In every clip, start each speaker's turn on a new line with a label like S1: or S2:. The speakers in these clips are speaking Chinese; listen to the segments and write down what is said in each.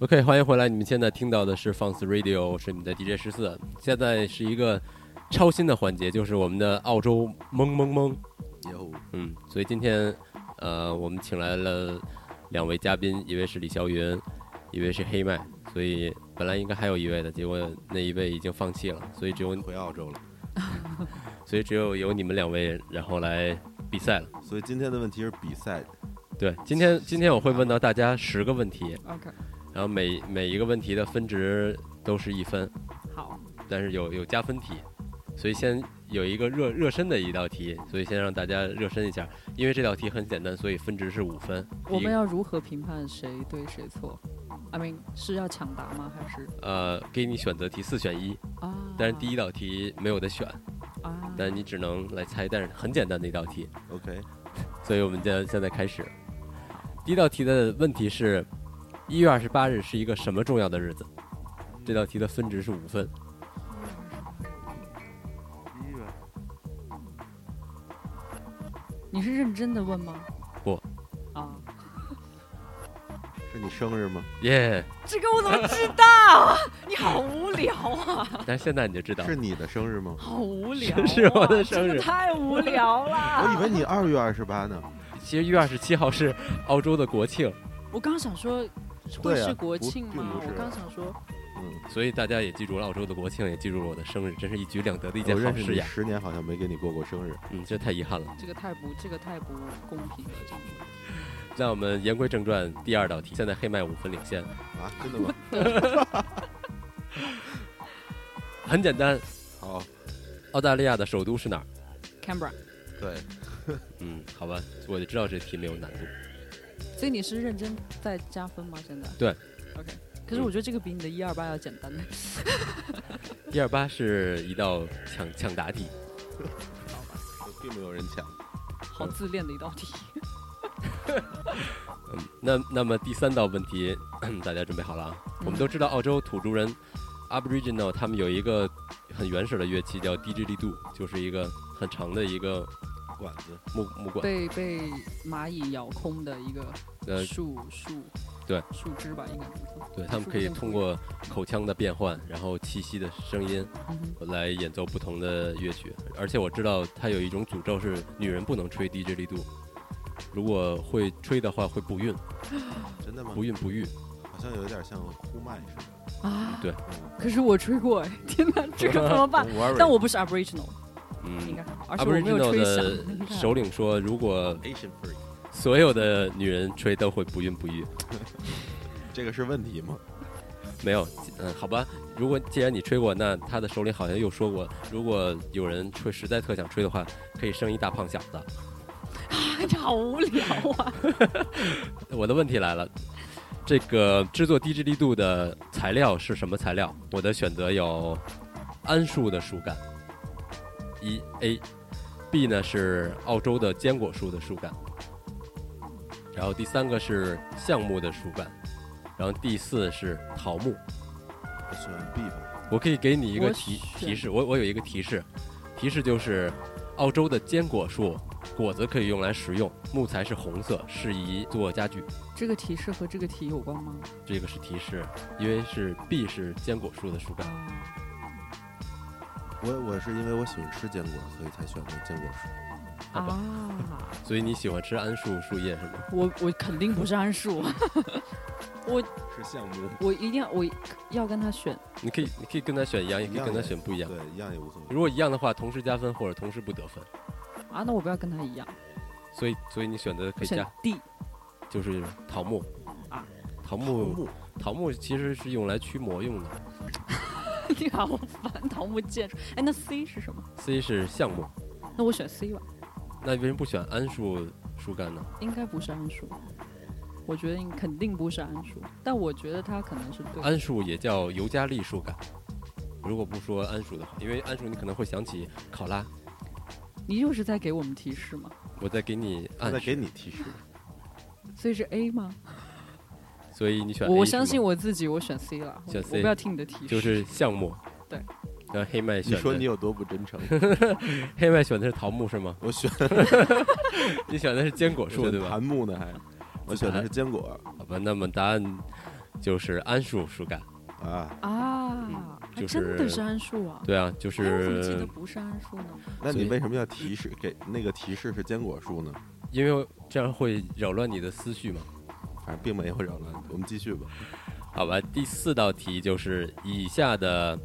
S1: OK，欢迎回来！你们现在听到的是放肆 Radio，是你们的 DJ 十四。现在是一个超新的环节，就是我们的澳洲懵懵懵。
S2: 有
S1: 嗯，所以今天呃，我们请来了两位嘉宾，一位是李霄云，一位是黑麦。所以本来应该还有一位的，结果那一位已经放弃了，所以只有
S2: 回澳洲了，
S1: 所以只有有你们两位，然后来比赛了。
S2: 所以今天的问题是比赛，
S1: 对，今天今天我会问到大家十个问题，
S3: OK，
S1: 然后每每一个问题的分值都是一分，
S3: 好，
S1: 但是有有加分题，所以先有一个热热身的一道题，所以先让大家热身一下，因为这道题很简单，所以分值是五分。
S3: 我
S1: 第一
S3: 们要如何评判谁对谁错？I mean，是要抢答吗？还是
S1: 呃给你选择题四选一，
S3: 啊？
S1: 但是第
S3: 一
S1: 一道题没有得选，
S3: 啊，
S1: 但你只能来猜，但是很简单的一道题，
S2: ，OK，
S1: 所以我们现现在开始。第一道题的问题是：一月二十八日是一个什么重要的日子？这道题的分值是五分。
S2: 一月
S3: 你是认真的问吗？
S1: 不
S3: 啊，
S2: 是你生日吗？
S1: 耶、
S3: 这个我怎么知道？ 你好无聊啊，
S1: 但是现在你就知道
S2: 是你的生日吗？
S3: 好无聊、
S1: 是是我的生日
S3: 真的哦太无聊
S2: 我
S3: 了。
S2: 以为你二月二十八呢。
S1: 其实一月二十七号是澳洲的国庆，
S3: 我刚想说。会
S2: 对啊
S3: 是国庆
S2: 不并
S3: 吗？
S2: 不是
S3: 我刚想说，
S2: 嗯，
S1: 所以大家也记住了澳洲的国庆，也记住了我的生日，真是一举两得的一件
S2: 我
S1: 好
S2: 认识
S1: 事
S2: 你
S1: 呀。
S2: 十年，好像没给你过过生日。
S1: 嗯，这太遗憾了。
S3: 这个太不，这个太不公平了，这个。
S1: 那我们言归正传，第二道题，现在黑麦五分领先，
S2: 啊，真 的吗？
S1: 很简单。
S2: 好，
S1: 澳大利亚的首都是哪儿？
S3: Canberra，
S2: 对，
S1: 嗯，好吧，我就知道这题没有难度。
S3: 所以你是认真在加分吗？现在？
S1: 对。
S3: OK，可是我觉得这个比你的一二八要简单。
S1: 一二八是一道抢抢答题，
S2: 并没有人抢。
S3: 好自恋的一道题。
S1: 嗯，那那么第三道问题， 大家准备好了啊？
S2: 嗯
S1: 我
S3: 嗯
S1: 们都知道澳洲土著人 Aboriginal 他们有一个很原始的乐器叫 d i g i l i d o 就是一个很长的一个
S2: 管子，
S1: 木木管，
S3: 被被蚂蚁咬空的一个
S1: 呃，
S3: 树树，
S1: 对
S3: 树枝吧，应该怎么说？
S1: 对他们可以通过口腔的变换，然后气息的声音
S3: 嗯
S1: 来演奏不同的乐曲。而且我知道它有一种诅咒是女人不能吹 d i g i l i d o 如果会吹的话会不孕，
S2: 真的吗？
S1: 不孕不育。
S2: 好像有点像呼麦似的。
S3: 哼啊，
S1: 对
S2: 嗯
S3: 可是我吹过哎，天哪，这个怎么 办？但我不是 Aboriginal，应
S1: 嗯
S3: 该，而且我没有
S1: Aboriginal
S3: 吹响应
S1: 的
S3: 该
S1: 首领说，如果
S2: Asian free，
S1: 所有的女人吹都会不孕不育。
S2: 这个是问题吗？
S1: 没有，嗯，好吧。如果既然你吹过，那他的首领好像又说过，如果有人吹实在特想吹的话，可以生一大胖小子。
S3: 这好无聊啊！
S1: 我的问题来了，这个制作低支力度的材料是什么材料？我的选择有桉树的树干，一 A。B 呢是澳洲的坚果树的树干，然后第三个是橡木的树干，然后第四是桃木。
S2: 我选 B 吧。
S1: 我可以给你一个
S3: 我
S1: 提
S3: 选
S1: 提示，我我有一个提示，提示就是澳洲的坚果树果子可以用来食用，木材是红色，适宜做家具。
S3: 这个提示和这个题有关吗？
S1: 这个是提示，因为是 B 是坚果树的树干。
S3: 啊，
S2: 我我是因为我喜欢吃坚果，所以才选的坚果树。
S1: 好吧
S3: 啊
S1: 所以你喜欢吃桉树树叶是吗？
S3: 我我肯定不是桉树，
S2: 是项目，
S3: 我一定要我要跟他选。
S1: 你可以你可以跟他选一样，也可以
S2: 一样
S1: 跟他
S2: 的
S1: 选不一样。
S2: 对，一样也无所谓。
S1: 如果一样的话，同时加分或者同时不得分。
S3: 啊，那我不要跟他一样，
S1: 所以所以你选择可以
S3: 选
S1: 加，
S3: D
S1: 就是桃木
S3: 啊。
S1: 桃木，桃木其实是用来驱魔用的。
S3: 你好烦，桃木剑树。哎，那 C 是什么？
S1: C 是橡木，
S3: 那我选 C 吧，
S1: 那为什么不选桉树树干呢？
S3: 应该不是桉树。我觉得应肯定不是桉树，但我觉得它可能是对的。
S1: 桉树也叫尤加利树干。如果不说桉树的话，因为桉树你可能会想起考拉。
S3: 你又是在给我们提示吗？
S1: 我在给你
S2: 我
S1: 暗
S2: 再
S1: 示，
S2: 给你提示，
S3: 所以是 A 吗？
S1: 所以你选 A
S3: 我我
S1: 是
S3: 相
S1: 吗
S3: 信我自己，我选 C 了。
S1: 选
S3: 我
S1: C
S3: 我不要听你的提示。
S1: 就是橡木。
S3: 对。
S1: 然后黑麦选
S2: 你
S1: 的，
S2: 说你有多不真诚？
S1: 黑麦选的是桃木是吗？
S2: 我选
S1: 你选的是坚果树对吧？
S2: 檀木呢还，我选的是坚果。
S1: 好吧，那么答案就是桉树树干。
S2: 啊，
S3: 啊，还
S1: 就
S3: 真的
S1: 是
S3: 是桉树啊！
S1: 对啊，就
S3: 哎我怎么记得
S1: 是
S3: 不是桉树呢？
S2: 那
S1: 所
S2: 你
S1: 以
S2: 为什么要提示给那个提示是坚果树呢？
S1: 因为这样会扰乱你的思绪嘛。
S2: 反正并没有扰乱，我们继续吧。
S1: 好吧，第四道题就是以下的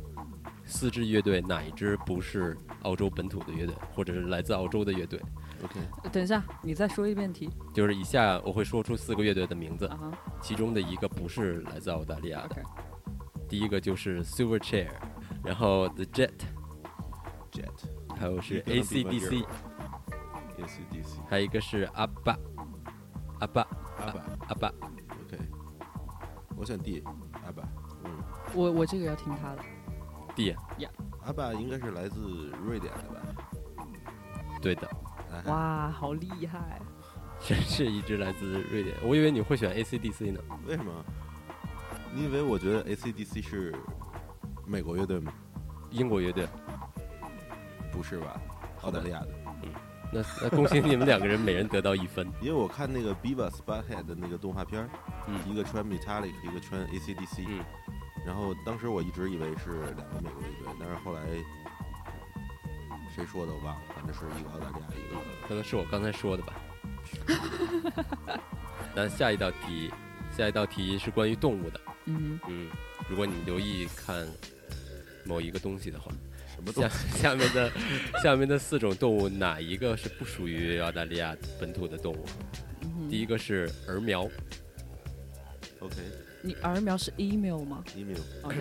S1: 四支乐队哪一支不是澳洲本土的乐队，或者是来自澳洲的乐队？
S2: OK，
S3: 呃等一下，你再说一遍题
S1: 就是以下我会说出四个乐队的名字，
S3: 啊！
S1: 其中的一个不是来自澳大利亚的。
S3: OK
S1: 第一个就是 Silverchair，然后 The Jet，
S2: Jet
S1: 还有是
S2: You're gonna be my
S1: AC/DC，
S2: hero ACDC
S1: 还有一个是阿爸，阿爸，
S2: 阿爸
S1: 阿爸。
S2: OK，我选 D 阿爸，嗯，
S3: 我我这个要听他的，
S2: 阿爸应该是来自瑞典的吧？
S1: 对的，
S2: 啊哈，
S3: 哇，好厉害！
S1: 这是一支来自瑞典。我以为你会选 AC/DC 呢。
S2: 为什么？你以为我觉得 ACDC 是美国乐队吗？
S1: 英国乐队。
S2: 不是吧？澳大利亚的，
S1: 那那恭喜你们两个人每人得到一分。
S2: 因为我看那个 Biva Spothead 的那个动画片儿，
S1: 嗯
S2: 一个穿 Metallic，一个穿 ACDC，、
S1: 嗯
S2: 然后当时我一直以为是两个美国乐队，但是后来谁说的我忘了，反正是一个澳大利亚，一个
S1: 可能是我刚才说的吧。那下一道题，下一道题是关于动物的。
S3: 嗯，
S1: 嗯，如果你留意看某一个东西的话，
S2: 什么
S1: 下
S2: 东
S1: 下面的下面的四种动物哪一个是不属于澳大利亚本土的动物？第一
S3: 一，
S1: 个是儿苗，
S2: ？OK，
S3: 你儿苗是 email 吗
S2: email，
S1: 哦
S3: ？OK，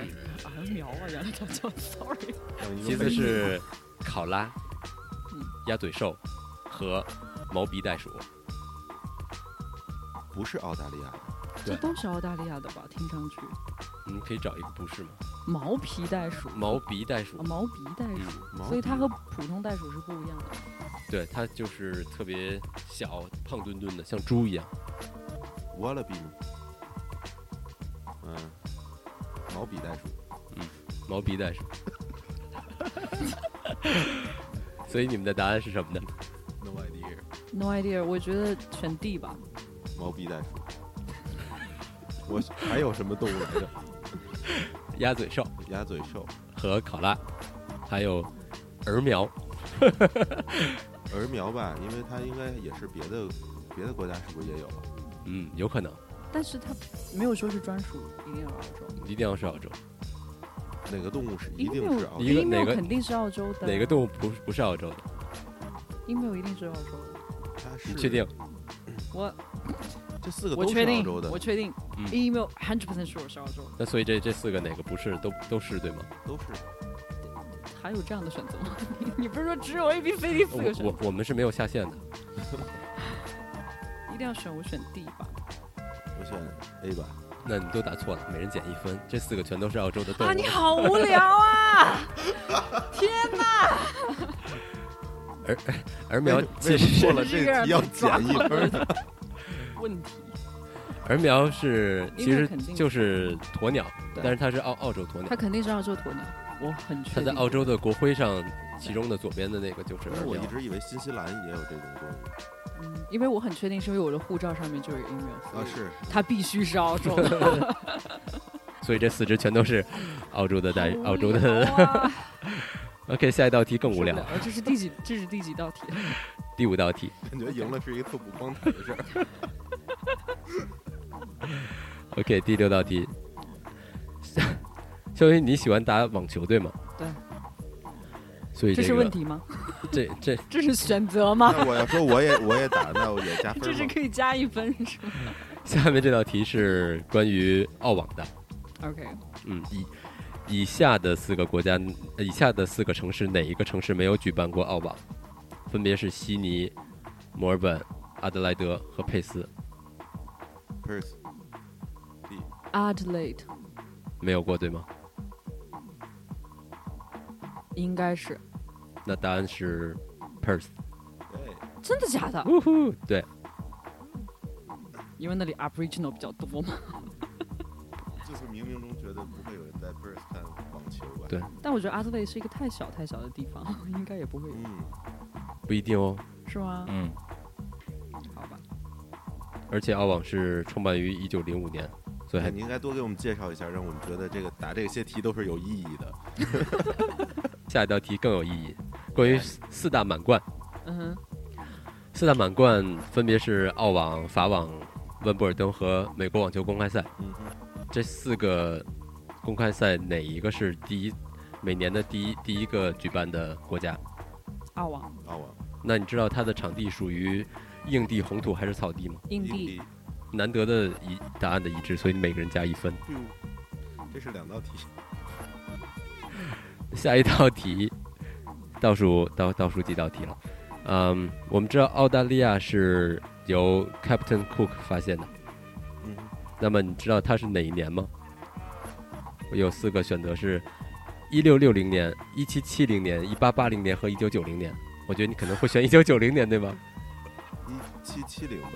S3: 儿苗啊，原来叫叫 sorry。
S2: 让一个
S1: 其次
S2: 美国
S1: 是考拉
S3: 嗯、
S1: 鸭嘴兽和毛鼻袋鼠。
S2: 不是澳大利亚的，
S3: 这
S1: 对
S3: 都是澳大利亚的吧？听上去，
S1: 你可以找一个不是吗？
S3: 毛皮袋鼠，
S1: 毛鼻袋鼠
S3: 啊，毛鼻袋
S1: 嗯
S3: 鼠，
S2: 毛
S3: 所以它
S2: 笔
S3: 和普通袋鼠是不一样的。
S1: 对，它就是特别小、胖墩墩的，像猪一样。
S2: Wallaby 吗？嗯，毛笔袋鼠，
S1: 毛鼻 袋鼠。所以你们的答案是什么呢？
S2: No idea，
S3: No idea，我觉得选 D 吧。
S2: 毛笔袋鼠。我还有什么动物来着？
S1: 鸭嘴兽
S2: 鸭嘴兽、
S1: 和考拉，还有儿苗。
S2: 儿苗吧，因为它应该也是别的别的国家是不是也有啊？
S1: 嗯，有可能
S3: 但是它没有说是专属一定要澳洲，
S1: 一定要是澳洲。
S2: 哪个动物是一定是澳
S1: 一个
S3: email
S1: 哪个
S3: 肯定是澳洲的，
S1: 哪个动物不不是澳洲的？
S3: email 一定是澳洲的。
S2: 它是
S1: 你确定？？
S3: 我
S2: 这四个
S3: 我
S2: 都是
S3: 确
S2: 澳
S3: 定
S2: 洲，的
S3: 我，确定
S1: 嗯
S3: ，email hundred percent sure 是澳洲的。
S1: 那所以这这四个哪个不是都都是对吗？
S2: 都是
S3: 还有这样的选择吗？ 你你不是说只有 A、B、C、D 四个
S1: 我
S3: 选
S1: 我
S3: 择？
S1: 我们是没有下线的。
S3: 一定要选我选 D 吧？
S2: 我选 A 吧。
S1: 那你都答错了，每人减一分。这四个全都是澳洲的动物。
S3: 啊，你好无聊啊！天哪，
S1: 儿苗
S2: 为什
S1: 其实
S2: 么为什么错了这个题要减一分 儿。
S3: 问题
S1: 儿苗是其实
S3: 肯定
S1: 就是鸵鸟，
S3: 对
S1: 但是它是澳澳洲鸵鸟
S3: 它。肯定是澳洲鸵鸟，我很确
S1: 它
S3: 定。
S1: 在澳洲的国徽上，其中的左边的那个就是
S2: 因
S1: 儿
S2: 为我一
S1: 苗。
S2: 直以为新西兰也有这种动物
S3: 嗯，因为我很确定是因为我的护照上面就有 E email，
S2: 啊，是
S3: 它必须是澳洲的。
S1: 所以这四只全都是澳洲的代
S3: 好无
S1: 澳洲
S3: 聊
S1: 的。
S3: 啊
S1: OK，下一道题更 无聊
S3: 受，不了哦这是第几？这是第几道题？
S1: 第五道题。
S2: 感觉赢了是一个特不光彩的事儿。
S1: OK，第六道题。 肖云，你喜欢打网球对吗？
S3: 对。
S1: 所以
S3: 这
S1: 这
S3: 是
S1: 个
S3: 问题吗？
S1: 这这
S3: 这是选择吗？
S2: 那我要说我也我也打，那我也加分
S3: 这是
S2: 吗？
S3: 可以加一分是吗
S1: 下面这道题是关于澳网的。
S3: ？OK，
S1: 嗯，以以下的四个国家，呃以下的四个城市，哪一个城市没有举办过澳网？分别是悉尼、墨尔本、阿德莱德和佩斯，
S2: Perth
S3: 阿德莱德
S1: 没有过对吗？
S3: 应该是
S1: 那答案是 Perth。
S2: 对，
S3: 真的假的？
S1: 呜呼，对，
S3: 因为那里 Aboriginal 比较多嘛。
S2: 就是冥冥中觉得不会有人在 Perth 看网球吧？
S1: 对
S3: 但我觉得阿德莱德是一个太小太小的地方， 应该也不会有，
S2: 嗯，
S1: 不一定哦。
S3: 是吗？
S1: 嗯，
S3: 好吧，
S1: 而且澳网是创办于一九零五年，所以
S2: 哎
S1: 还
S2: 你应该多给我们介绍一下，让我们觉得这个答这些题都是有意义的。
S1: 下一道题更有意义，关于四四大满贯。
S3: 嗯哼，
S1: 四大满贯分别是澳网、法网、温布尔登和美国网球公开赛。
S2: 嗯
S1: 这四个公开赛哪一个是第一？每年的第一第一个举办的国家？
S3: 澳网
S2: 澳网、
S1: 那你知道它的场地属于硬地、红土还是草地吗？
S3: 硬
S2: 英
S3: 地，
S2: 地，
S1: 难得的一答案的一致，所以每个人加一分。
S2: 嗯，这是两道题。
S1: 下一道题，倒数倒倒数几道题了。嗯，我们知道澳大利亚是由 Captain Cook 发现的，
S2: 嗯，
S1: 那么你知道它是哪一年吗？我有四个选择是：一六六零年、一七七零年、一八八零年和一九九零年。我觉得你可能会选一九九零年，对吗？
S2: 一七七零吧，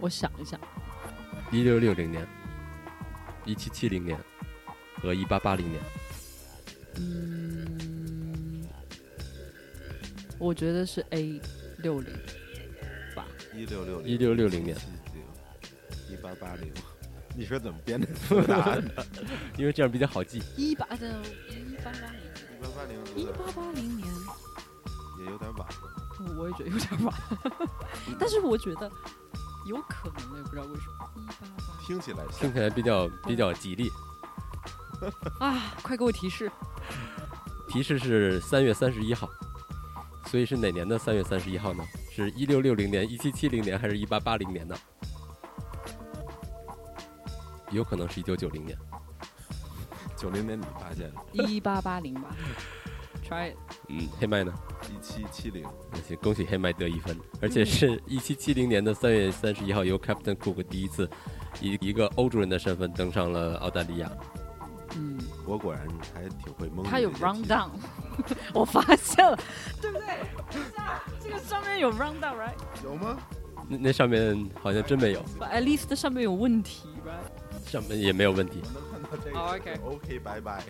S3: 我想一下，
S1: 一六六零年、一七七零年和一八八零年。
S3: 嗯，我觉得是 A 六零，
S2: 一六六
S1: 1660
S2: 零，
S1: 年，
S2: 一八八零。你说怎么编 的这个答案的？
S1: 因为这样比较好记。
S3: 一八的一八八零，
S2: 一八八零
S3: 一八八零年，
S2: 也有点晚了。
S3: 我也觉得有点晚，但是我觉得有可能，我也不知道为什么一八八
S2: 听起来像
S1: 听起来比较比较吉利。
S3: 啊，快给我提示，
S1: 提示是三月三十一号，所以是哪年的三月三十一号呢？是一六六零年、一七七零年还是一八八零年呢？有可能是一九九零年。
S2: 九零年你发现的，
S3: 一八八零 吧，try it。
S1: 嗯，黑麦呢？
S2: 一七七零，
S1: 那行，恭喜黑麦得一分，而且是一七七零年的三月三十一号，由 Captain Cook 第一次以一个欧洲人的身份登上了澳大利亚。
S3: 嗯，
S2: 我果然还挺会蒙。
S3: 它有 round down，我 发现了，对不对？等一下这个上面有 round down，right？
S2: 有吗？
S1: 那那上面好像真没有，
S3: But at least 上面有问题，right？
S1: 上面也没有问题。
S2: 我能看到这
S3: 哦
S2: 个
S3: ，OK。
S2: OK，拜拜。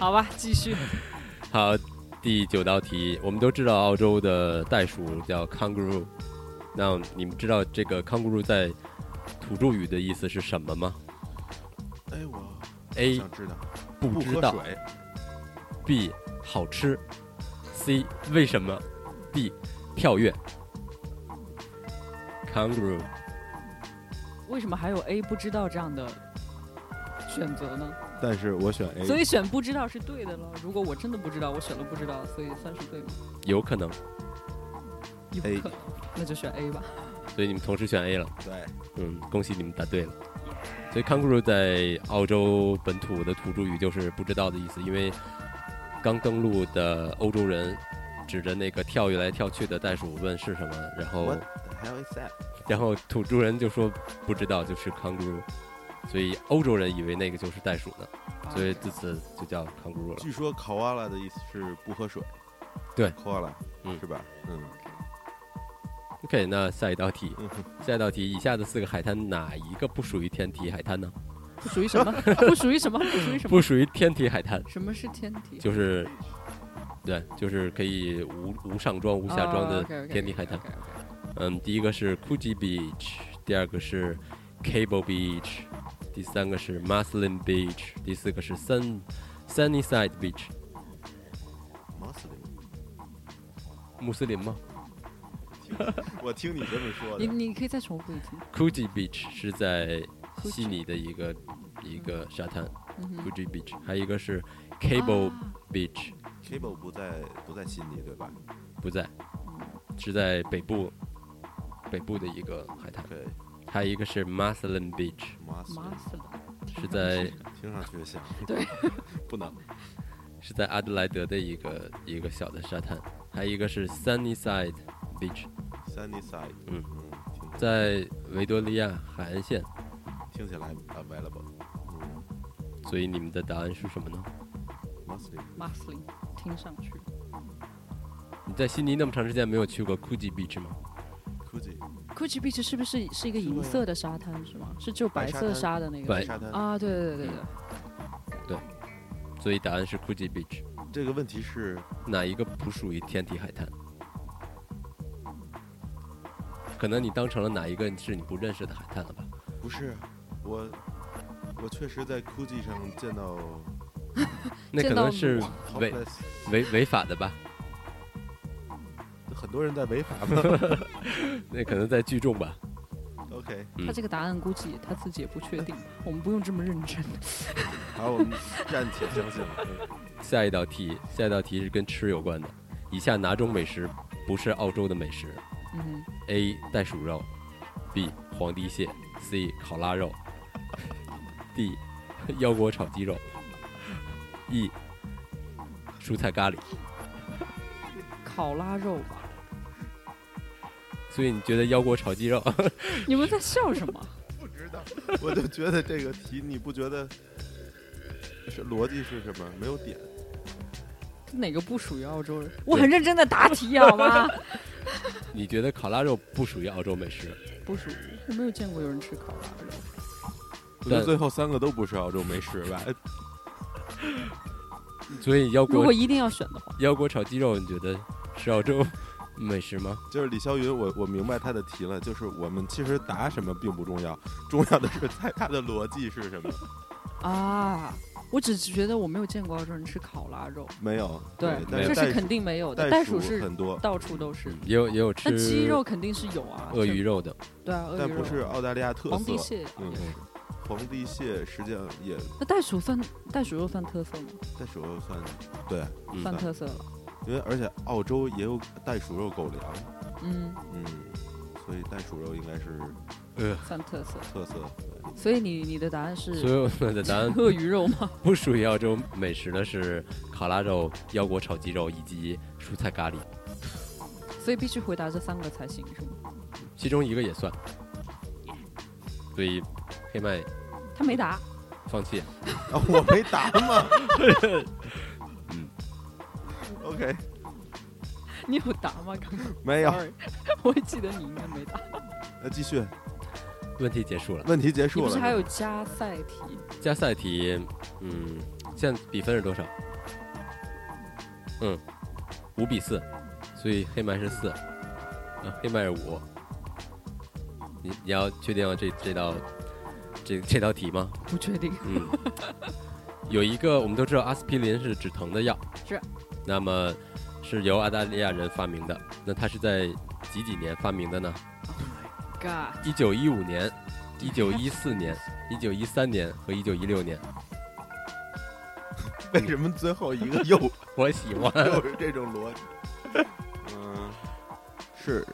S3: 好吧，继续。
S1: 好，第九道题，我们都知道澳洲的袋鼠叫 kangaroo，那你们知道这个 kangaroo 在土著语的意思是什么吗
S2: 哎，我
S1: ？A
S2: 想知道，
S1: 不知
S2: 喝
S1: 道
S2: 水，
S1: ，B 好吃，C 为什么，D 跳跃。kangaroo
S3: 为什么还有 A 不知道这样的选择呢？
S2: 但是我选
S3: 所
S2: A。
S3: 以选不知道是对的了。如果我真的不知道，我选了不知道，所以算是对吗？
S1: 有可能，
S3: 有
S2: A
S3: 可能，那就选 A 吧。
S1: 所以你们同时选 A 了。
S2: 对，
S1: 嗯，恭喜你们答对了。所以 kangaroo 在澳洲本土的土著语就是不知道的意思，因为刚登陆的欧洲人指着那个跳跃来跳去的袋鼠问是什么，然后
S2: What the hell is that？
S1: 然后土著人就说不知道，就是 kangaroo，所以欧洲人以为那个就是袋鼠呢，所
S3: 啊
S1: 以自此就叫 kangaroo 了。
S2: 据说 koala 的意思是不喝水。
S1: 对
S2: ，koala，
S1: 嗯
S2: 是吧？嗯
S1: OK，那下一道题，
S2: 嗯，
S1: 下一道题，以下的四个海滩哪一个不属于天体海滩呢？
S3: 不属于什么？不属于什么？不属于什么？
S1: 不属于天体海滩，
S3: 什么是天体？
S1: 就是对，就是可以无无上装无下
S3: 哦
S1: 装的天体海滩。
S3: OK OK。
S1: 嗯，第一个是 Coogee Beach，第二个是 Cable Beach，第三个是 Muslin Beach，第四个是 Sun Sunnyside Beach，
S2: 穆斯林。
S1: 穆斯林吗
S2: 我听你这么说
S3: 你
S2: 的，
S3: 你可以再重复一次。
S1: ？Coogee Beach 是在
S3: Coogee
S1: 悉尼的一个一个沙滩
S3: 嗯哼
S1: ，Coogee Beach，还有一个是 Cable
S3: 啊
S1: Beach，
S2: Cable 不在不在悉尼对吧？
S1: 不在，是在北部北部的一个海滩，
S2: 对，
S1: 还有一个是 Muslin Beach，
S2: 穆斯
S3: 麻
S2: 林
S3: 死了。
S1: 是在
S2: 听上去像
S3: 对，
S2: 不能
S1: 是在阿德莱德的一个一个小的沙滩，还有一个是 Sunnyside Beach，
S2: Sunny Side，
S1: 嗯
S2: 嗯，听着
S1: 在维多利亚海岸线。
S2: 听起来 available，嗯，
S1: 所以你们的答案是什么呢？
S2: 穆斯林，
S3: 马斯林，听上去
S1: 你在悉尼那么长时间没有去过 Coogee Beach 吗？
S2: 估计
S3: Coogee Beach 是不是是一个银色的沙滩是吗？是只有白色沙的那个
S1: 白嗯
S2: 沙滩。
S3: 啊？对对对对对，
S1: 所以答案是 Coogee Beach。
S2: 这个问题是
S1: 哪一个不属于天体海滩？可能你当成了哪一个是你不认识的海滩了吧？
S2: 不是，我我确实在 Gucci 上见到
S1: 那可
S3: 见到
S1: 能是违
S2: Topless，
S1: 违违法的吧？
S2: 很多人在违法嘛。
S1: 那可能在聚众吧？
S2: OK，
S1: 嗯
S3: 他这个答案估计他自己也不确定，我们不用这么认真。
S2: 好，我们暂且相信了。嗯
S1: 下一道题，下一道题是跟吃有关的。以下哪种美食不是澳洲的美食
S3: 嗯，
S1: ？A. 袋鼠肉，B. 皇帝蟹，C. 烤腊肉，D. 腰果炒鸡肉，E. 蔬菜咖喱。
S3: 烤腊肉吧？
S1: 所以你觉得腰果炒鸡肉？
S3: 你们在笑什么？
S2: 不知道， 我就觉得这个题你不觉得是逻辑是什么？没有点。
S3: 哪个不属于澳洲人？我很认真的答题啊好吗？
S1: 你觉得烤腊肉不属于澳洲美食？
S3: 不属于，我没有见过有人吃烤腊肉。
S2: 我觉得
S1: 对
S2: 最后三个都不是澳洲美食吧？哎
S1: 所以腰
S3: 如果
S1: 果
S3: 一定要选的话，
S1: 腰果炒鸡肉，你觉得是澳洲美食吗？
S2: 就是李霄云，我我明白他的题了，就是我们其实答什么并不重要，重要的是猜他的逻辑是什么。
S3: 啊，我只是觉得我没有见过澳洲人吃烤腊肉，
S2: 没有，但
S1: 没有
S2: 是
S3: 这是
S2: 袋
S3: 肯定没有的。
S2: 袋
S3: 袋鼠是
S2: 很多，
S3: 到处都是，
S1: 也有也有吃
S3: 但鸡肉肯定是有啊。
S1: 嗯鳄鱼肉的，
S3: 这对啊，鳄
S2: 但
S3: 鱼肉
S2: 不是澳大利亚特
S3: 皇帝
S2: 色。
S3: 蟹也
S2: 嗯
S3: 是。
S2: 皇帝蟹实际上也
S3: 那袋鼠算袋鼠肉算特色吗？
S2: 袋鼠肉算，对，
S1: 嗯
S3: 算
S2: 算
S3: 特色了。
S2: 因为而且澳洲也有袋鼠肉狗粮，
S3: 嗯，
S2: 嗯，所以袋鼠肉应该是
S1: 呃，
S3: 算特色。
S2: 特色。对
S3: 所以你你的答案
S1: 所
S3: 是
S1: 有的答案
S3: 鳄鱼肉吗？
S1: 不属于澳洲美食的是烤腊肉、腰果炒鸡肉以及蔬菜咖喱，
S3: 所以必须回答这三个才行，是吗？
S1: 其中一个也算。所以黑麦
S3: 他没答，
S1: 放弃。
S2: 啊，我没答嘛。
S1: 嗯
S2: ，OK，
S3: 你有答吗？刚刚
S2: 没有，
S3: Sorry 我记得你应该没答。
S2: 那继续，
S1: 问题结束了，
S2: 问题结
S3: 你
S2: 束
S3: 不
S2: 了。
S3: 是还有加赛题？
S1: 加赛题，嗯，现在比分是多少？嗯，五比四，所以黑麦是四，啊，黑麦是五。你你要确定要这这道这这道题吗？
S3: 不确定。
S1: 嗯，有一个我们都知道阿司匹林是止疼的药，
S3: 是，
S1: 那么是由澳大利亚人发明的。那它是在几几年发明的呢？
S3: Oh my god！
S1: 一九一五年、一九一四年、一九一三年和一九一六年。
S2: 为什么最后一个又
S1: 我喜欢
S2: 又是这种逻辑？嗯，是，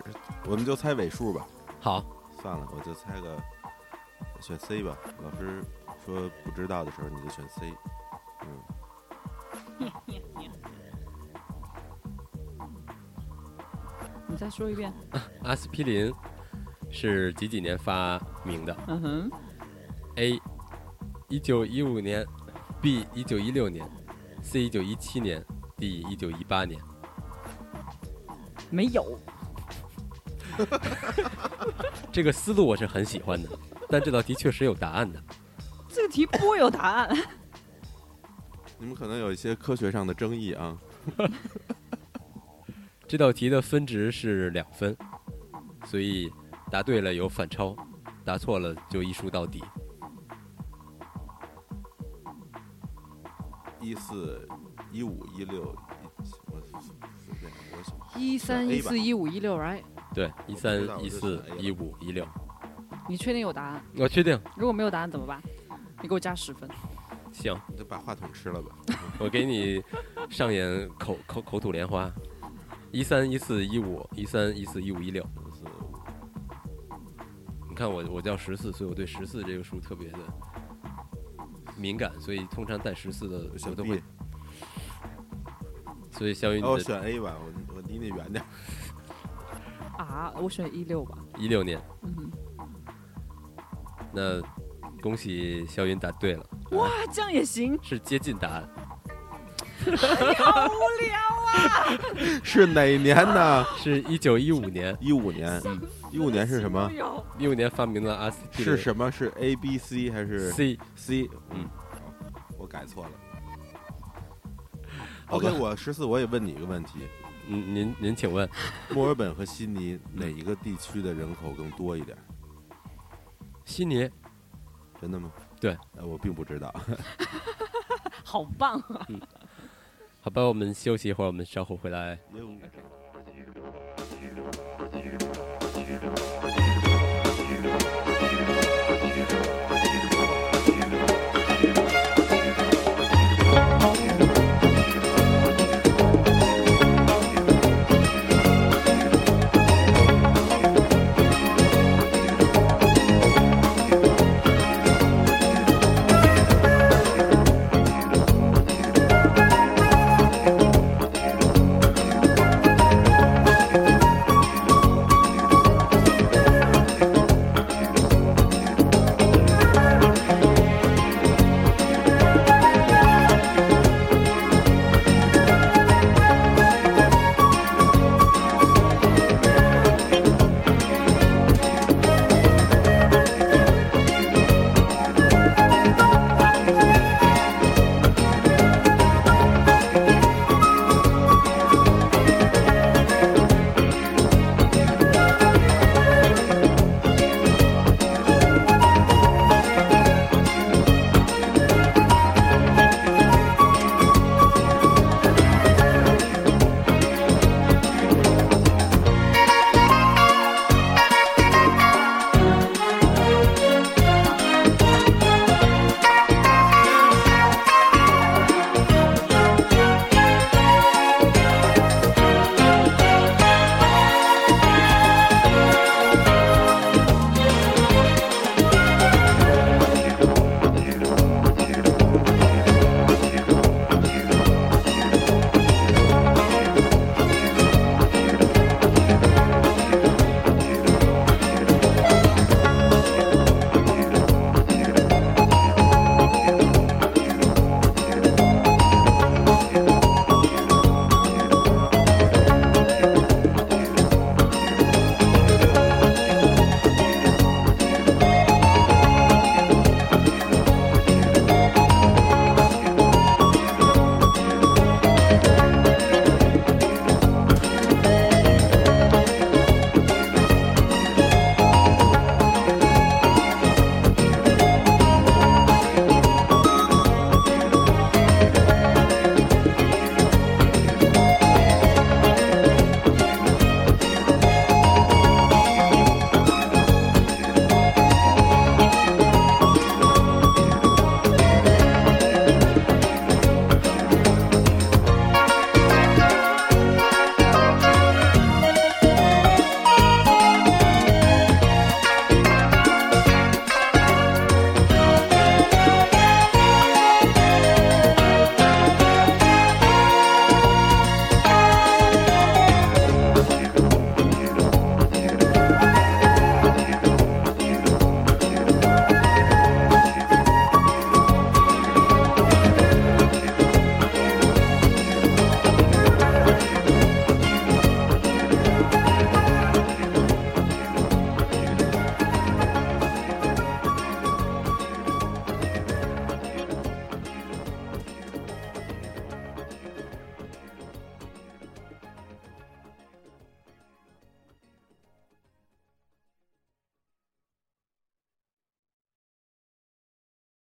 S2: 我们就猜尾数吧。
S1: 好，
S2: 算了，我就猜个选 C 吧。老师说不知道的时候你就选 C。嗯，
S3: 你再说一遍。
S1: 阿司匹林是几几年发明的
S3: 嗯哼，
S1: ？A. 一九一五年，B. 一九一六年，C. 一九一七年，D. 一九一八年。
S3: 没有。
S1: 这个思路我是很喜欢的，但这道题确实有答案的。
S3: 这个题不有答案。
S2: 你们可能有一些科学上的争议啊。
S1: 这道题的分值是两分，所以答对了有反超，答错了就一输到底。
S2: 一四、一五、一六，一七我随便，我选
S3: 一三一四一五一六，right？
S1: 对，一三
S2: 我不知道
S1: 一
S2: 我就
S1: 四
S2: 选 A 了
S1: 一五一六，
S3: 你确定有答案？
S1: 我确定
S3: 如果没有答案怎么办？你给我加十分。
S1: 行，
S2: 你就把话筒吃了吧。
S1: 我给你上演口口口吐莲花。一三一四一五一三一四一五一六，
S2: 一四五
S1: 你看我我叫十四，所以我对十四这个数特别的敏感，所以通常带十四的
S2: 我
S1: 我
S2: 选
S1: 都
S2: B，
S1: 会。所以小雨，
S2: 哦，我
S1: 你的
S2: 选 A 吧，我我离你远 点儿。
S3: 啊，我选一六吧。
S1: 一六年，
S3: 嗯哼。
S1: 那恭喜肖云答对了，
S3: 哇，这样也 行，
S1: 是接近答案，
S3: 好无聊啊！
S2: 是哪年呢？
S1: 是一九一五年，
S2: 一五年，
S1: 嗯
S2: 一五年是什 么？
S1: 一五年发明了阿司匹林
S2: 是什么？是 A、B、C 还是
S1: C，
S2: C？
S1: 嗯，
S2: 我改错了。
S1: 好吧
S2: OK，我十四，我也问你一个问题：
S1: 您嗯您您请问，
S2: 墨尔本和悉尼哪一个地区的人口更多一点？
S1: 悉尼
S2: 真的吗？
S1: 对
S2: 呃，我并不知 道。
S3: 好棒啊！
S1: 好吧，我们休息一会儿，我们稍后回来。
S2: 没有